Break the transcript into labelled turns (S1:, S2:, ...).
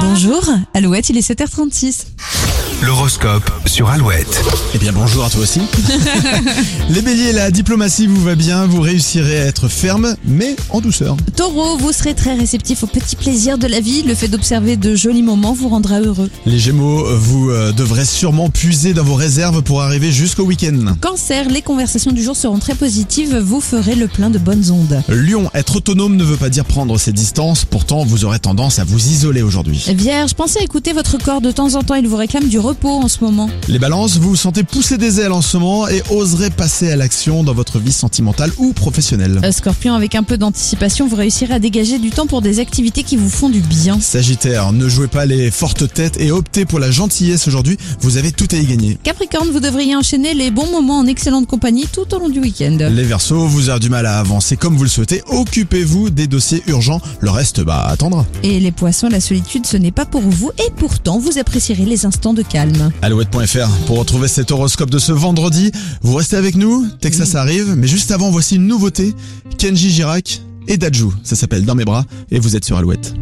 S1: Bonjour, Alouette, il est 7h36.
S2: L'horoscope sur Alouette.
S3: Eh bien bonjour à toi aussi. les béliers, la diplomatie vous va bien, vous réussirez à être ferme, mais en douceur.
S1: Taureau, vous serez très réceptif aux petits plaisirs de la vie. Le fait d'observer de jolis moments vous rendra heureux.
S3: Les gémeaux, vous euh, devrez sûrement puiser dans vos réserves pour arriver jusqu'au week-end.
S1: Cancer, les conversations du jour seront très positives. Vous ferez le plein de bonnes ondes.
S3: Lion, être autonome ne veut pas dire prendre ses distances, pourtant vous aurez tendance à vous isoler aujourd'hui.
S1: Vierge, pensez à écouter votre corps de temps en temps. Il vous réclame du repos en ce moment.
S3: Les balances, vous vous sentez pousser des ailes en ce moment et oserez passer à l'action dans votre vie sentimentale ou professionnelle.
S1: Euh, Scorpion, avec un peu d'anticipation, vous réussirez à dégager du temps pour des activités qui vous font du bien.
S3: Sagittaire, ne jouez pas les fortes têtes et optez pour la gentillesse aujourd'hui, vous avez tout à y gagner.
S1: Capricorne, vous devriez enchaîner les bons moments en excellente compagnie tout au long du week-end.
S3: Les Verseaux, vous avez du mal à avancer comme vous le souhaitez, occupez-vous des dossiers urgents, le reste bah attendra.
S1: Et les poissons, la solitude, ce n'est pas pour vous et pourtant vous apprécierez les instants de calme.
S3: Alouette.fr pour retrouver cet horoscope de ce vendredi, vous restez avec nous, Texas arrive, mais juste avant voici une nouveauté, Kenji Girac et Dajou, ça s'appelle Dans mes bras et vous êtes sur Alouette.